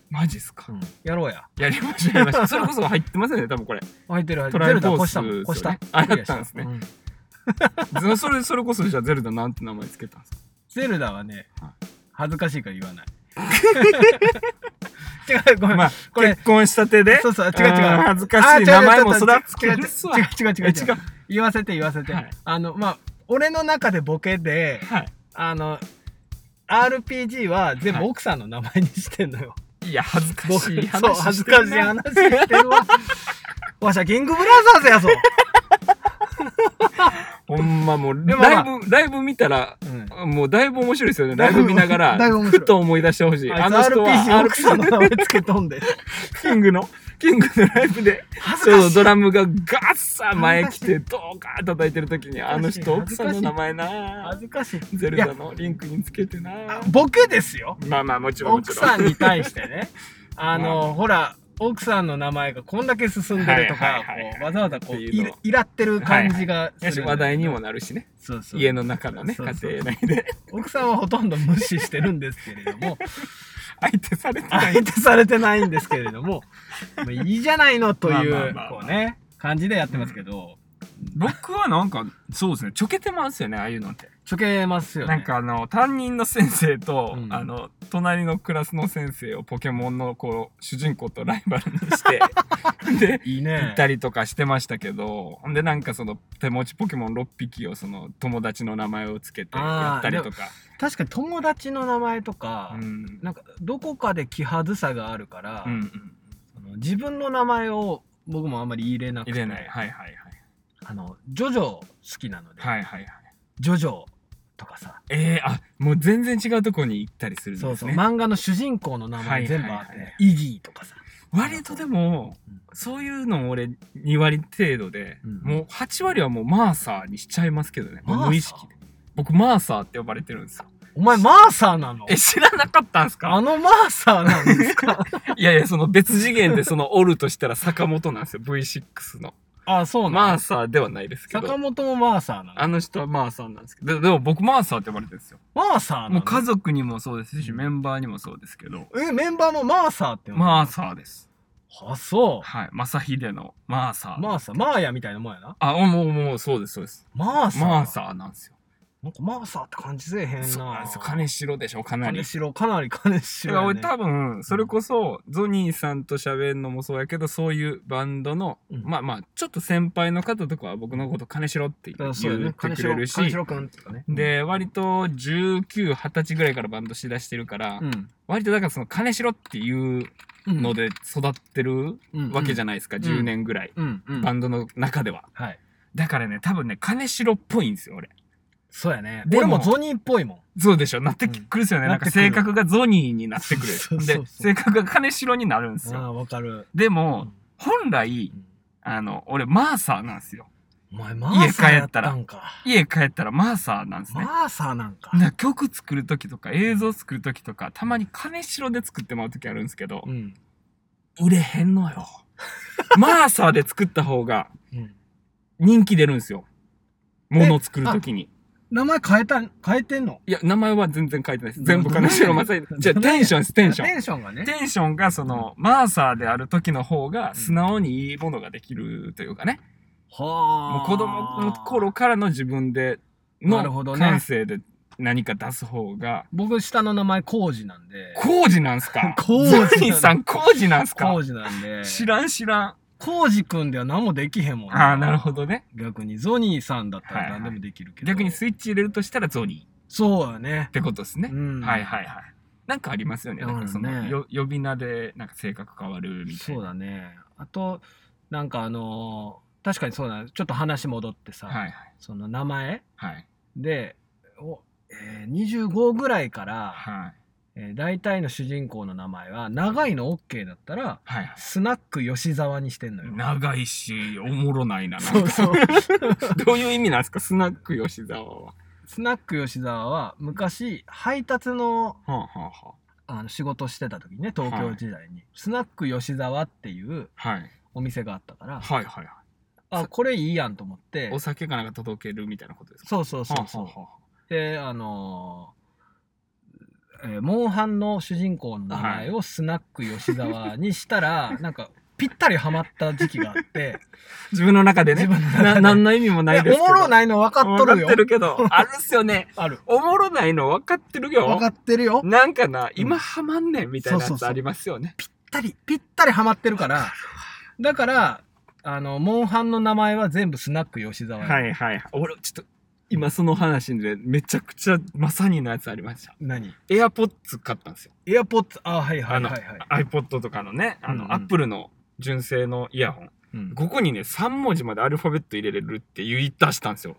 A: マジっすか、
B: うん、やろうや
A: やりましたやりま したそれこそ入ってませんね多分これ
B: 入ってる入っ
A: ト
B: て
A: ラ
B: るゼ
A: イ
B: ル
A: フ
B: ダ
A: ォ
B: 越
A: ー
B: した
A: ス
B: 越した、
A: あ
B: クリアした
A: やったんですね
B: うん
A: ずそれそれこそじゃあゼルダなんて名前つけたんですか
B: ゼルダはね
A: はい
B: 恥ずかしいから 言わない違うごめん、
A: まあ
B: これ
A: 結婚したてで
B: そうそう違う違う
A: あー恥ずかしい名前もそらつけ
B: 違う違う
A: るっすわ
B: 違う違う違う違う違う
A: う
B: 言わせて言わせて、
A: はい
B: あのまあ俺の中でボケで
A: は
B: あの RPG は全
A: は
B: 部
A: い
B: 奥さんの名前にしてん のよ、
A: いいや恥ずか
B: 僕
A: しい話
B: そう恥ずかしい
A: してんな
B: 話してるわわしゃキングブラザーズやぞ、
A: ほんまもう
B: でもま
A: ラ
B: あ
A: イブライブ見たら
B: うん、
A: もうだいぶ面白いですよねライブ見なが
B: だいぶ
A: ら
B: 面白い
A: ふと思い出してほしい
B: あ
A: あ
B: いつ
A: の人は
B: RPG 奥さ
A: RPG
B: んの名前つけとんで
A: キングのキングのライブで
B: 恥
A: ち
B: ず
A: ょう
B: か
A: ど
B: しい
A: ドラムがガッサ前来てドカー叩いてる時にあの人奥
B: 恥ず
A: さ
B: かしい
A: んの名前
B: 恥
A: な
B: ずかしい
A: ゼル
B: い
A: ダ
B: や
A: のリンクにつけてな
B: あボケですよ
A: まあまあもちろんも
B: 奥
A: ちろ
B: さん
A: ん
B: に対して ねあの、ほら奥さんの名前がこんだけ進んでると
A: は
B: か
A: いはいはいはい
B: こうわざわざこう
A: っていう
B: い
A: の
B: イラってる感じがす
A: や
B: る
A: し話題にもなるしね
B: そうそう
A: 家の中のね
B: そうそう
A: 家庭内で
B: 奥さんはほとんど無視してるんですけれども
A: 相手されてない
B: 相手されてないんですけれども まあいいじゃないのとい
A: まあまあ
B: う
A: まあまあ
B: こうね感じでやってますけど、
A: 僕はなんかそうですねちょけてますよねああいうのって
B: ちょけますよね
A: なんかあの担任の先生と、
B: うん
A: あの隣のクラスの先生をポケモンのこう主人公とライバルにして で
B: い
A: 行
B: いね
A: ったりとかしてましたけど、ほんでなんかその手持ちポケモン6匹をその友達の名前をつけてやったりとか、
B: 確かに友達の名前とか、
A: うん、
B: なんかどこかで気はずさがあるから、
A: うんうん
B: その自分の名前を僕もあんまり入れなくて
A: 入れないはいはい
B: あのジョジョ好きなので、
A: はいはいはいはい
B: ジョジョとかさ、
A: えー、あもう全然違うとこに行ったりするんです
B: そ
A: ね
B: うそう漫画の主人公の名前全部あっ
A: は
B: て、
A: いはいはい
B: イギーとかさ
A: 割とでも
B: うん
A: そういうの俺2割程度で、
B: うん
A: もう8割はもうマーサーにしちゃいますけどねもう
B: マーサー
A: 無意識で僕マーサーって呼ばれてるんですよ
B: お前マーサーなの
A: え知らなかったんですか
B: あのマーサーなんです か
A: いやいやその別次元でそのおるとしたら坂本なんですよ V6 の
B: あそうな
A: マ
B: の
A: ーサーではないですけ
B: 坂
A: ど
B: 本もマーサーな
A: あ
B: の
A: の人はマーサーなんですけどででも僕マーサーって呼ばれてるんですよ
B: マーサーなの
A: もう家族にもそうですし
B: うん
A: メンバーにもそうですけど
B: えメンバーもマーサーって呼んでる
A: マーサーです
B: あそう
A: はい正秀のマーサー
B: マーサーマーヤみたいなもんやな
A: あもうもうそうですそうです
B: マーサー
A: マーサーなんですよ
B: なんかマーサーって感じせえへんな
A: そうなんですよ金城でしょかなり
B: 金城かなり金城
A: だ
B: や
A: から
B: ね
A: 俺多分それこそゾニーさんと喋るのもそうやけどそういうバンドの、
B: うん
A: まあまあちょっと先輩の方とかは僕のこと金城って言
B: あそうやね
A: ってくれるし、
B: 金城金城君とかね
A: で割と1920歳ぐらいからバンドしだしてるから、
B: うん
A: 割とだからその金城っていうので育ってるわけじゃ
B: な
A: な
B: い。
A: いですか、
B: ん
A: 10年ぐらい、
B: うんうん。
A: バンドの中では
B: はい。
A: だからね多分ね金城っぽいんですよ俺
B: そうやね。
A: で
B: 俺
A: も
B: もゾニーっぽいもん。
A: そうでしょなってくるですよね、
B: うん
A: なんか
B: なってくる
A: 性格がゾニーになってくる
B: そうそう
A: で
B: そう
A: 性格が金城になるんです
B: あ
A: よ
B: あ、わかる。
A: で
B: う
A: も
B: ん
A: 本来あの俺マーサーなんですよ
B: お前、マーサーやったんか。
A: 家帰ったらマーサーなんですね
B: マーサーなんか。
A: な曲作る時とか映像作る時とかたまに金城で作ってもらう時あるんですけど
B: うん。
A: 売れへんのよ マーサーで作った方が
B: うん
A: 人気出るんですよもの作る時に
B: 名前変えたん、変えてんの
A: いや名前は全然書いてないです
B: ど
A: 全部金城正
B: ど
A: 秀じゃあテンションですテンション
B: テンションがね。
A: テンションがその、マーサーである時の方が素直にいいものができるというかね、
B: は
A: もう子供の頃。からの自分で
B: なるほ
A: の
B: どね
A: 感性で何か出す方が、
B: 僕、下の名前、コウジなんで。
A: 工事なんす か
B: 工事なの
A: ゾニーさん工事なんすか
B: コウジなんで。
A: 知らん知らん。
B: コウジくんでは何もできへんもん
A: ああ、なるほどね。
B: 逆に、ゾニーさんだったら何でもできるけど。
A: 逆にスイッチ入れるとしたらゾニーっ
B: そうやね。
A: てことですね。
B: うん。
A: はいはいはい。なんかありますよね。なんかそ
B: ある
A: の、
B: ね
A: よ呼び名でなんか性格変わるみたい
B: そう
A: な。
B: だねあとなんかあのー確かにそうだねちょっと話戻ってさ、
A: はいはい
B: その名前
A: はい。
B: でおえー25ぐらいから、
A: はい
B: えー大体の主人公の名前は長いの OK だったら
A: はいは
B: スナック吉沢にしてんの
A: い
B: よ。
A: 長いしおもろないなな
B: そ
A: ん
B: う
A: か
B: そう
A: どういう意味なんですかスナック吉沢は
B: スナック吉沢は昔配達の
A: はあはあは
B: あの仕事してた時にね東京時代に、スナック吉沢っていう
A: あはい
B: お店があったから
A: はいはいは
B: あこれいいやんと思って
A: いお酒がなんか届けるみたいなことですか
B: そうそうそうそう、
A: はあは
B: であのーえーモンハンの主人公の名前をスナック吉沢にしたら、なんかぴったりハマった時期があ って
A: あ自分の中でね
B: 自分の中で
A: な 何の意味もないです
B: い
A: け
B: や
A: ど
B: おもろ
A: い
B: ないの分かっとるよ
A: ってるけどあるっすよね
B: ある
A: おもろないの分かってるよ
B: 分かってるよぴっ
A: なんかな今ハマんねんみたいな
B: そ
A: や
B: うそう
A: つ
B: そう
A: ありますよね
B: たりぴったりハマってるから だからあのモンハンの名前は全部スナック吉沢に、
A: はいはいはい俺ちょっと今その話でめちゃくちゃまさにのやつありました
B: 何
A: エアポッツ買ったんですよ
B: エアポッツあはいはいはいはい
A: iPod とかのねあの、
B: うんうん
A: アップルの純正のイヤホン
B: うん
A: ここにね3文字までアルファベット入れれるっていう言ったしたんですよ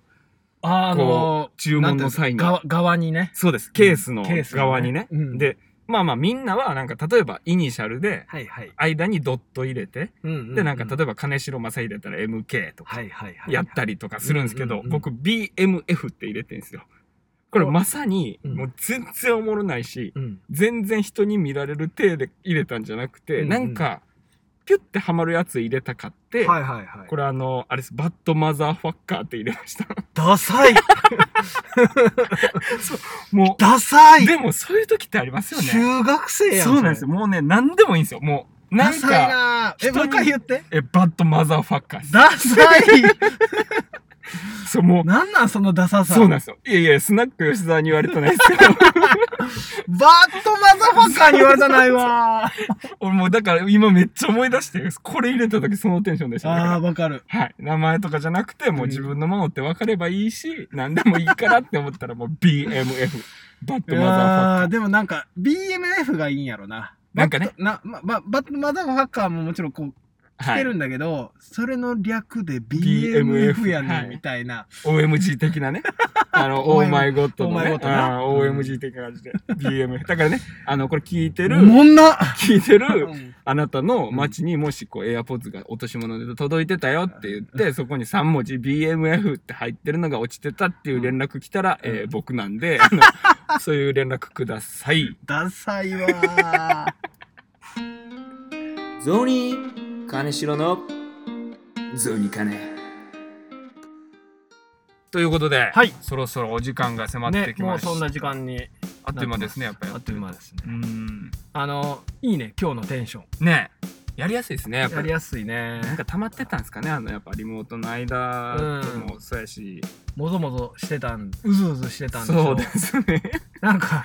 B: ああの
A: 注文のサインが
B: 側側にね
A: そうですケースの
B: ケースのね
A: 側にね、
B: うん
A: でまあまあみんなはなんか例えばイニシャルで
B: はいはい、
A: 間にドット入れて、
B: うんうんうん
A: でなんか例えば金城正入れたら MK とか
B: はいはいはい
A: やったりとかするんですけど、
B: うんうんうん
A: 僕 BMF って入れてるんですよこれまさに
B: うん
A: もう全然おもろないし、
B: うん
A: 全然人に見られる体で入れたんじゃなくて、
B: うんうん
A: なんかピュッてはまるやつ入れたかって、
B: はいはいはい
A: これあのあれですバッドマザーファッカーって入れました
B: ダ サい
A: も
B: ダサ
A: う
B: い
A: でもそういう時ってありますよね
B: 中学生やん
A: そうなんですよもうね何でもいいんですよもうな
B: ダ
A: ん
B: サ
A: か
B: いな
A: 人
B: え
A: に
B: もう一回言って
A: えバッドマザーファッカーです
B: ダサい
A: そうもう
B: なんなんそのダサさ
A: そうなんですよいやいやスナック吉沢に言われてないですけど
B: バットマザファッカーに言われたない わ
A: 俺もうだから今めっちゃ思い出してるこれ入れた時そのテンションでしただか
B: あ
A: ら
B: ーわかる
A: はい名前とかじゃなくてもう自分のものって分かればいいし何でもいいからって思ったらもう BMF バッ ドマザーファッカー
B: あーでもなんか BMF がいいんやろな
A: なんかね
B: バットな、まま、バットマザファッカーももちろんこう来
A: は
B: て
A: い
B: るんだけど、それの略で
A: BMF
B: BMF やねん、
A: はい
B: みたいな
A: OMG 的 なねあのオーマイゴッドのね
B: Oh my God な
A: あー OMG 的な感じで BMF だからねあのこれ聞いてる
B: おもんな
A: 聞いてる
B: うん
A: あなたの街にもしこう AirPods が落とし物で届いてたよって言って、そこに3文字 BMF って入ってるのが落ちてたっていう連絡来たら、
B: うん
A: えー僕なん で、あのそういう連絡ください。
B: ダサいわー
C: ゾニー金城のゾニカネ
A: ということで、
B: はい
A: そろそろお時間が迫って
B: ね、
A: き
B: も
A: ま
B: う
A: した。
B: そんな時間に
A: あっという間ですね、やっぱり
B: あ。っという間ですね
A: うん。
B: あのいいね今日のテンション
A: ねえやりやすいですね、やっ
B: や
A: ぱ
B: り
A: り。
B: やすいね
A: なんか溜まってたんですかね、あの、やっぱリモートの間もそうやし。
B: もぞもぞしてたんうずうずしてたんでし
A: そ
B: ょ
A: うですね。
B: な んか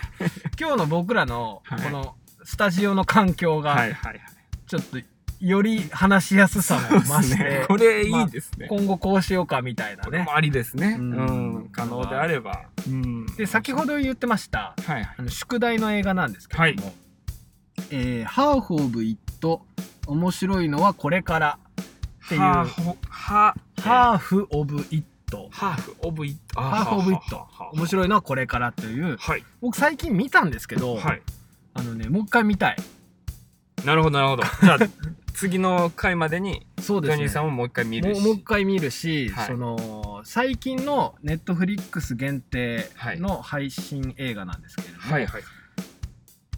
B: 今日の僕らの
A: はい
B: このスタジオの環境
A: は
B: が
A: いはいはい。
B: ちょっとより話しやすさも増して、
A: ねこれいいですね。
B: 今後こうしようかみたいな
A: これ
B: ね
A: もありですね。う
B: うんん、
A: 可能であれば。うん、
B: で先ほど言ってました
A: はいはい。
B: あの宿題の映画なんですけども、
A: はい
B: えーハーフ・オブ・イット面白いのはこれから」っていう
A: ハーフ、ハー、
B: ハーフ・オブ・イット
A: ハーフ、オブイット。
B: ハーフ・オブ・イット面
A: い。
B: 白いのはこれからという
A: はい。
B: 僕最近見たんですけど、
A: はい。
B: あのねもう一回見たい
A: なるほど、なるほど。じゃあ、次の回までに、
B: そう
A: ジ
B: で
A: ョ
B: す
A: ニ
B: ね
A: ーさんをもう一回見る
B: も
A: し。
B: うもう一回見るし、
A: はい
B: その最近のネットフリックス限定
A: はい
B: の配信映画なんですけれども、
A: はいはい。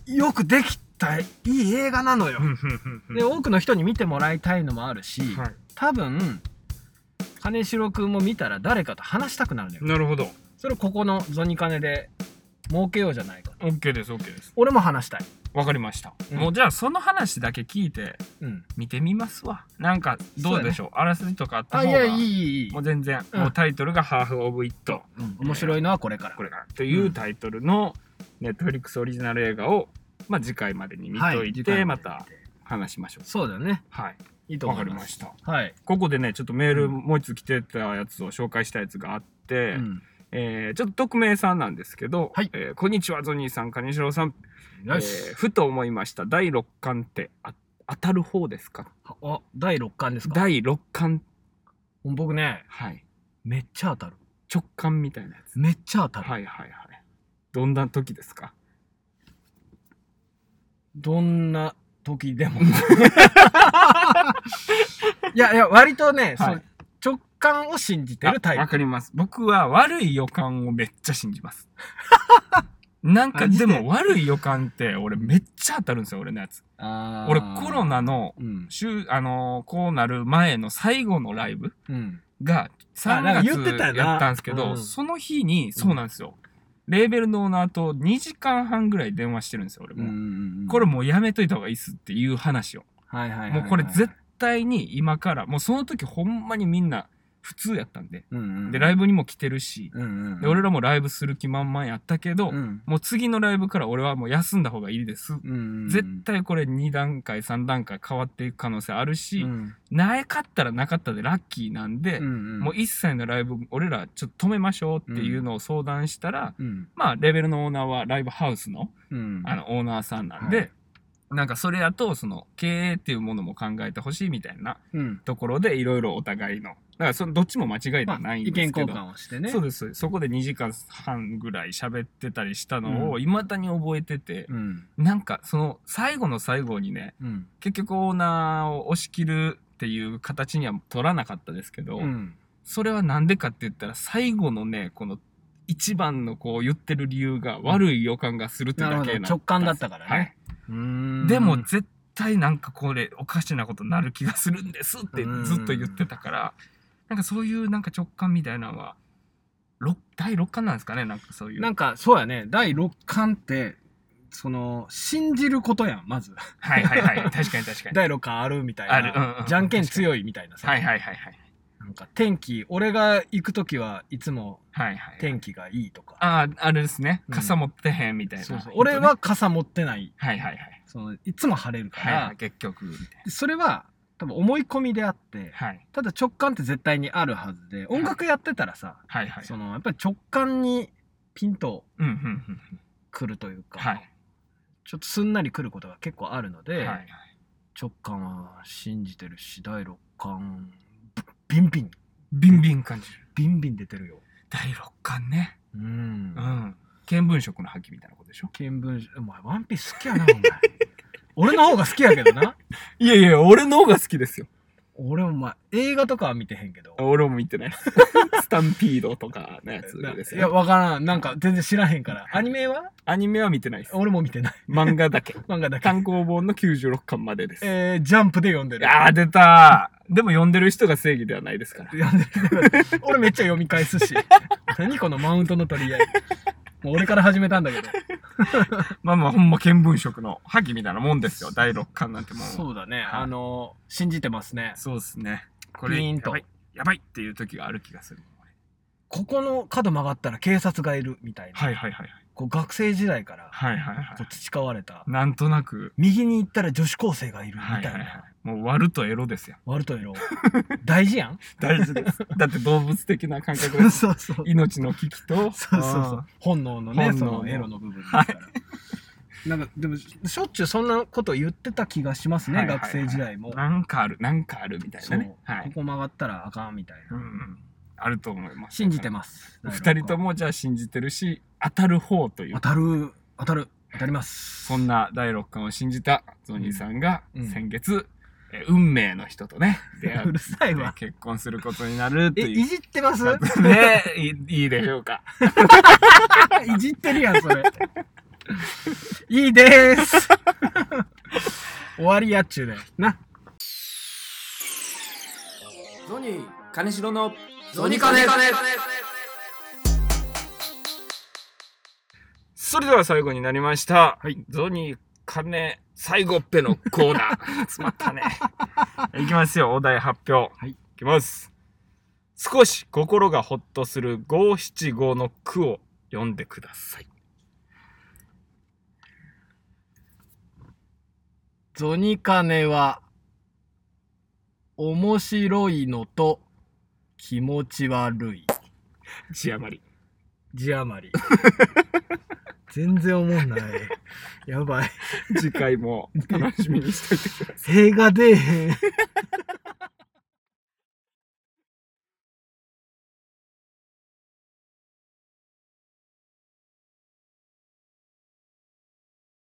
B: よくできたいい映画なのよ、
A: うんうんうんうん
B: で多くの人に見てもらいたいのもあるし、
A: はい
B: 多分金城くんも見たら誰かと話したくなるのよ
A: なるほど。
B: それをここのゾニカネで儲けようじゃないかと
A: オッケーです、オッケーです。
B: 俺も話したい、
A: わかりました。
B: うん
A: もうじゃあ、その話だけ聞いて、
B: うん、
A: 見てみますわ。なんか、どうでしょう。あらすじとかあった
B: あ
A: 方
B: い
A: が。
B: やいいいいいい
A: もう全然、
B: うん
A: もうタイトルがハーフ・オブ・イット。
B: 面白いのはこれから
A: これからというタイトルのネットフリックスオリジナル映画を、まあ、次回までに見とい
B: 次
A: て、
B: 回
A: また話しましょう
B: そうだよね
A: はい
B: いいと
A: わ
B: 思
A: か
B: い
A: り
B: ま
A: ますした
B: はい、
A: ここでねちょっとメール
B: うん
A: もう一つ来てたやつを紹介したやつがあって、
B: うん、
A: えーちょっと匿名さんなんですけど「
B: はい
A: えーこんにちはゾニーさん金城さん、え
B: ナイス
A: ーふと思いました第6巻ってあ当たる方ですか
B: あ第6巻ですか
A: 第6巻
B: 僕ね
A: はい
B: めっちゃ当たる
A: 直感みたいなやつ
B: めっちゃ当たる、
A: はいはいはいどんな時ですか
B: どんな時で も。いやいや、割とね、
A: はい
B: そう直感を信じてるタ
A: あわ
B: イプ。
A: かります。僕は悪い予感をめっちゃ信じ ます。なんか
B: マジ
A: で
B: で
A: も悪い予感って俺めっちゃ当たるんですよ、俺のやつ。
B: あー
A: 俺コロ。ナの、
B: うん。
A: 週、あのーこうなる前の最後のライブ
B: うん。
A: が3
B: なんか
A: 月
B: 言ってたよな
A: やったんですけど、
B: うん
A: その日に、そうなんですよ。レーベルのオーナーと2時間半ぐらい電話してるんですよ、俺
B: うんう
A: も。
B: んうん
A: これ、もうやめといた方がいいっすっていう話を。
B: はいはいはいはい
A: もうこれ絶対に今から、もうその時ほんまにみんな普通やったんで。
B: うんうん
A: で、ライブにも来てるし、
B: うんうんうん。
A: で俺らもライブする気満々やったけど、
B: うん
A: もう次のライブから俺はもう休んだ方がいいです。
B: うんうんうん。
A: 絶対これ2段階3段階変わっていく可能性あるし、
B: うん
A: なかったらなかったでラッキーなんで、
B: ん
A: もう一切のライブ俺らちょっと止めましょうっていうのを相談したら、
B: うん
A: まあレベルのオーナーはライブハウスの
B: うん
A: あのオーナーさんなんで、
B: はい
A: なんかそれやとその経営っていうものも考えてほしいみたいな
B: うん
A: ところでいろいろお互いのだからそのどっちも間違いで
B: ま
A: は
B: あ
A: ないん
B: 意
A: で
B: 見
A: すけ
B: 交
A: ど、
B: 換をしてね
A: そうですそうですそこで2時間半ぐらい喋ってたりしたの
B: う
A: を
B: ん
A: いまだに覚えてて、
B: うん
A: なんかその最後の最後にね
B: うん
A: 結局オーナーを押し切るっていう形には取らなかったですけど、
B: うん
A: それはなんでかって言ったら最後のねこの一番のこう言ってる理由が悪い予感がするってだ
B: な
A: けな
B: るほ
A: ん
B: ど
A: です
B: 直感だったから
A: はい
B: ねうーん
A: でも絶対なんかこれおかしなことなる気がするんですって
B: うん
A: ずっと言ってたから、なんかそういうなんか直感みたいなのはろ第6巻なんですかねなんかそういう
B: なんかそうやね第六感ってその信じることやんまず
A: はいはい はい確かに確かに
B: 第六感あるみたい
A: あるうんうんう
B: なんじゃんけん強いみたいなさ
A: はいはいはいはい
B: なんか天気俺が行く時はいつも
A: はいはい
B: 天気がいいとか
A: あああれですね
B: うん
A: 傘持ってへんみたいな、
B: そうそう俺は傘持ってない
A: はいはいはい
B: そのいつも晴れるか
A: はいは
B: ら
A: い結局みたいな
B: それは多分思い込みであって
A: はい
B: ただ直感って絶対にあるはずで音楽やってたらさ
A: はいはい
B: そのやっぱり直感にピンと
A: うんうんうん
B: くるというか、
A: はい
B: ちょっとすんなりくることが結構あるので、
A: はいはい
B: 直感は信じてるし第六感ビンビン
A: ビンビン感じる
B: ビンビン出てるよ
A: 第6巻ね
B: うん
A: うん見聞色の覇気みたいなことでしょ
B: 見聞お前ワンピース好きやなお前俺の方が好きやけどない
A: やいや俺の方が好きですよ
B: 俺お前映画とかは見てへんけど
A: 俺も見てない ですスタンピードとかのやつです
B: いや
A: よ。
B: わからんなんか全然知らへんからアニメは
A: アニメは見てないです。
B: 俺も見てない
A: 漫画だけ。
B: 漫画だけ
A: 単行本の96巻まで です。い
B: えー、ジャンプで読んでる
A: やー、出たー。でも読んでる人が正義ではないですから。
B: 読んでる俺めっちゃ読み返すし何このマウントの取り合いもう俺から始めたんだけど
A: まあまあ、ほんま見聞色の覇気みたいなもんですよ。第6巻なんてもう。
B: そうだね、
A: はい
B: あの信じてますね
A: そうですね。こ
B: ピ
A: れ、
B: ー
A: や
B: ンと
A: ばい、やばいっていう時がある気がする。
B: ここの角曲がったら警察がいるみたいな、
A: はいはいはいはい。
B: こう学生時代から
A: はいはいは
B: こう培われた、
A: い。なんとなく、
B: 右に行ったら女子高生がいるみた
A: はいい
B: な、
A: はいはい。もう割るとエロですよ。
B: 割ると色大事やん
A: 大事です。だって動物的な 感覚です。
B: そうそう
A: 命の危機と、
B: そうそうそう本能のね
A: 本能
B: そ
A: の
B: のエロの部分ですから、なんかでもしょっちゅうそんなこと言ってた気がしますね、
A: はいはいはい
B: 学生時代も、
A: なんかある、なんかあるみたい
B: そ
A: な
B: う、
A: ね。はい
B: こ。こ曲がったらあかんみたいな、
A: うんうん。あると思います。
B: 信じてます
A: 二人ともじゃあ信じてるし、当たる方という
B: 当、たる当たる当たります
A: そんな第六感を信じたゾニーさんが
B: うん
A: 先月、えー運命の人とね、出会
B: う
A: っ
B: るさい
A: て
B: わ
A: 結婚することになるって
B: え
A: い。
B: いうじってます
A: ねいいいでしょうか。
B: いじってるやんそれいいでーす 終わりやっちゅうねな
C: ゾニー金城の
B: ゾニカネ
A: それでは最後になりました。
B: はい
A: ゾニー、金、最後っぺのコーナー。詰まったね。 いきますよ、お題発表。
B: はい
A: いきます。少し心がほっとする五七五の句を読んでください。
B: ゾニカネは面白いのと気持ち悪い
A: 字余り。
B: 字余り 全然思んないやばい
A: 次回も楽しみにしていてください。
B: 映画出えへん